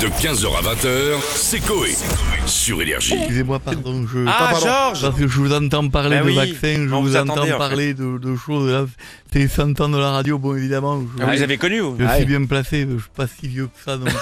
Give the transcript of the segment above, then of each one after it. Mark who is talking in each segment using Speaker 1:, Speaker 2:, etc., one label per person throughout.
Speaker 1: De 15h à 20h, c'est Coé. Sur Énergie.
Speaker 2: Excusez-moi, pardon, je...
Speaker 3: Ah,
Speaker 2: pardon,
Speaker 3: Georges
Speaker 2: Parce que je vous entends parler
Speaker 3: Ben
Speaker 2: de
Speaker 3: oui,
Speaker 2: vaccins, je
Speaker 3: on
Speaker 2: vous
Speaker 3: vous
Speaker 2: entends
Speaker 3: attendait, en fait.
Speaker 2: parler de, de choses, là, c'est 100 ans de la radio, bon évidemment, je,
Speaker 3: Ah, Vous les avez connus vous
Speaker 2: je suis bien placé, je suis pas si vieux que ça non plus.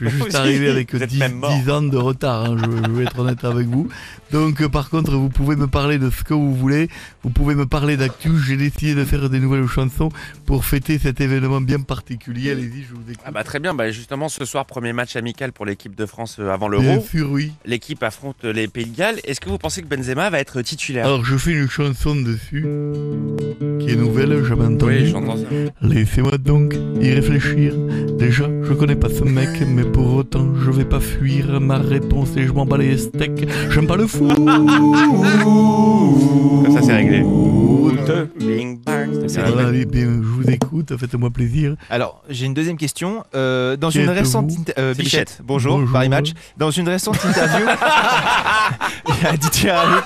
Speaker 2: Je suis juste
Speaker 3: Vous-
Speaker 2: arrivé avec
Speaker 3: vous
Speaker 2: 10,
Speaker 3: êtes même mort.
Speaker 2: 10 ans de retard, hein, je, je vais être honnête avec vous. Donc euh, par contre, vous pouvez me parler de ce que vous voulez, vous pouvez me parler d'actu, j'ai décidé de faire des nouvelles chansons pour fêter cet événement bien particulier, allez-y, je vous écoute.
Speaker 3: Ah bah très bien, bah justement ce soir premier match amical pour l'équipe de France euh, avant
Speaker 2: bien
Speaker 3: l'Euro.
Speaker 2: sûr, oui.
Speaker 3: L'équipe affronte les Pays de Galles. Est-ce que vous pensez que Benzema va être
Speaker 4: Euh,
Speaker 3: titulaire
Speaker 2: Alors je fais une chanson dessus, qui est nouvelle, j'avais entendu.
Speaker 3: Oui, j'entends ça.
Speaker 2: Laissez-moi donc y réfléchir. Déjà, je connais pas ce mec, mais pour autant, je vais pas fuir. Ma réponse et je m'en bats les steaks. J'aime pas le fou.
Speaker 3: Comme ça c'est réglé. Bing bang. c'est bien.
Speaker 2: Voilà, eh bien, je vous écoute, faites-moi plaisir.
Speaker 4: Alors, j'ai une deuxième question. Euh, dans
Speaker 2: Qui
Speaker 4: une
Speaker 2: êtes-vous
Speaker 4: récente inter- euh,
Speaker 3: C'est
Speaker 4: Bichette,
Speaker 3: Bichette.
Speaker 4: bonjour,
Speaker 2: Bonjour.
Speaker 4: Paris Match. Dans une récente interview, il y a Didier Raoult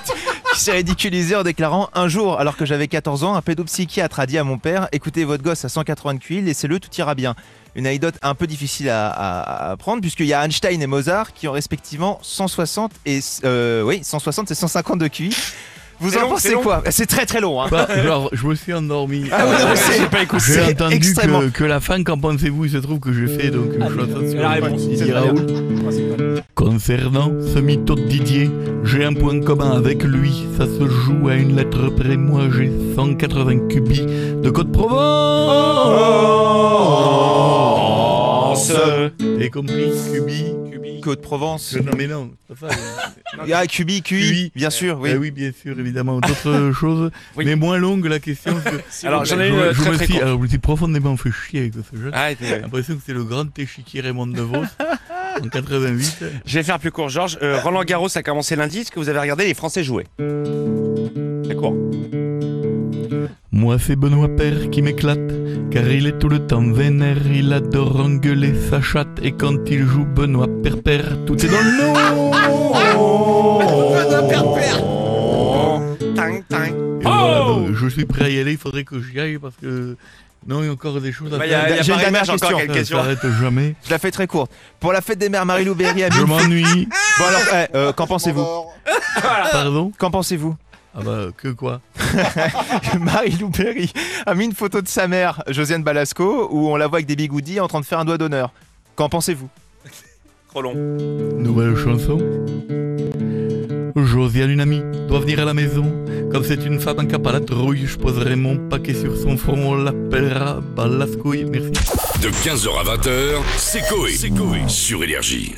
Speaker 4: qui s'est ridiculisé en déclarant Un jour, alors que j'avais 14 ans, un pédopsychiatre a dit à mon père Écoutez votre gosse à 180 de QI, laissez-le, tout ira bien. Une anecdote un peu difficile à, à- à prendre, puisqu'il y a Einstein et Mozart qui ont respectivement 160 et. euh, oui, 160 et 150 de QI. Vous
Speaker 3: C'est
Speaker 4: en
Speaker 3: long, c'est
Speaker 4: pensez
Speaker 3: long.
Speaker 4: quoi C'est très très long, hein.
Speaker 2: Bah, genre, je me suis endormi.
Speaker 4: Ah oui, non, mais c'est-
Speaker 3: J'ai pas écouté.
Speaker 2: J'ai
Speaker 4: c'est
Speaker 2: entendu
Speaker 4: extrêmement-
Speaker 2: que, que la fin, qu'en pensez-vous Il se trouve que j'ai fait donc une chanson sur
Speaker 5: la
Speaker 2: le
Speaker 5: réponse,
Speaker 2: Didier
Speaker 5: c'est très
Speaker 2: Raoult. Concernant ce mytho de Didier, j'ai un point commun avec lui. Ça se joue à une lettre près. Moi, j'ai 180 cubis de Côte-Provence. T'es compris, cubis
Speaker 4: Côte-Provence.
Speaker 2: Non, mais non. c'est pas ça.
Speaker 4: Ah, Cubi, QI,
Speaker 2: QI.
Speaker 4: bien sûr, oui.
Speaker 2: Eh oui, bien sûr, évidemment. D'autres choses,
Speaker 3: Oui.
Speaker 2: mais moins longue la question. parce que-
Speaker 3: Alors j'en ai
Speaker 2: Je-
Speaker 3: une euh,
Speaker 2: je
Speaker 3: très
Speaker 2: me
Speaker 3: très
Speaker 2: suis,
Speaker 3: courte.
Speaker 2: alors, je me suis profondément fait chier avec ce jeu.
Speaker 3: Ah, t'es-
Speaker 2: J'ai l'impression que c'est le grand échiquier Raymond DeVos en 88.
Speaker 3: Je vais faire plus court, Georges. Euh, Roland Garros a commencé lundi. Est-ce que vous avez regardé les Français jouer C'est court.
Speaker 2: Moi, c'est Benoît Père qui m'éclate, car il est tout le temps vénère, il adore engueuler sa chatte, et quand il joue Benoît Père Père, tout est dans le
Speaker 3: Tang, tang.
Speaker 2: Et voilà,
Speaker 3: Oh
Speaker 2: donc, je suis prêt à y aller, il faudrait que j'y aille, parce que... Non, il y a encore des choses à
Speaker 3: Bah, il y
Speaker 2: faire.
Speaker 3: a, il y a
Speaker 4: J'ai une
Speaker 3: Paris
Speaker 4: dernière
Speaker 3: Match encore
Speaker 4: question. Euh,
Speaker 3: quelques
Speaker 2: Ça
Speaker 3: questions.
Speaker 2: s'arrête jamais.
Speaker 4: Je la fais très courte. Pour la fête des mères, Marie-Lou Berry a mis-
Speaker 2: Je m'ennuie.
Speaker 4: Bon alors, eh, euh, qu'en pensez-vous
Speaker 2: Pardon
Speaker 4: Qu'en pensez-vous
Speaker 2: Ah bah, que quoi
Speaker 4: Que Marie-Lou Berry a mis une photo de sa mère, Josiane Balasco, où on la voit avec des bigoudis en train de faire un doigt d'honneur. Qu'en pensez-vous
Speaker 3: Trop long.
Speaker 2: Nouvelle chanson. Josiane, une amie, doit venir à la maison. Comme c'est une femme en cap à la trouille, je poserai mon paquet sur son front, on l'appellera Balascouille. Merci.
Speaker 1: De 15h à 20h, c'est Coé. Sur Énergie.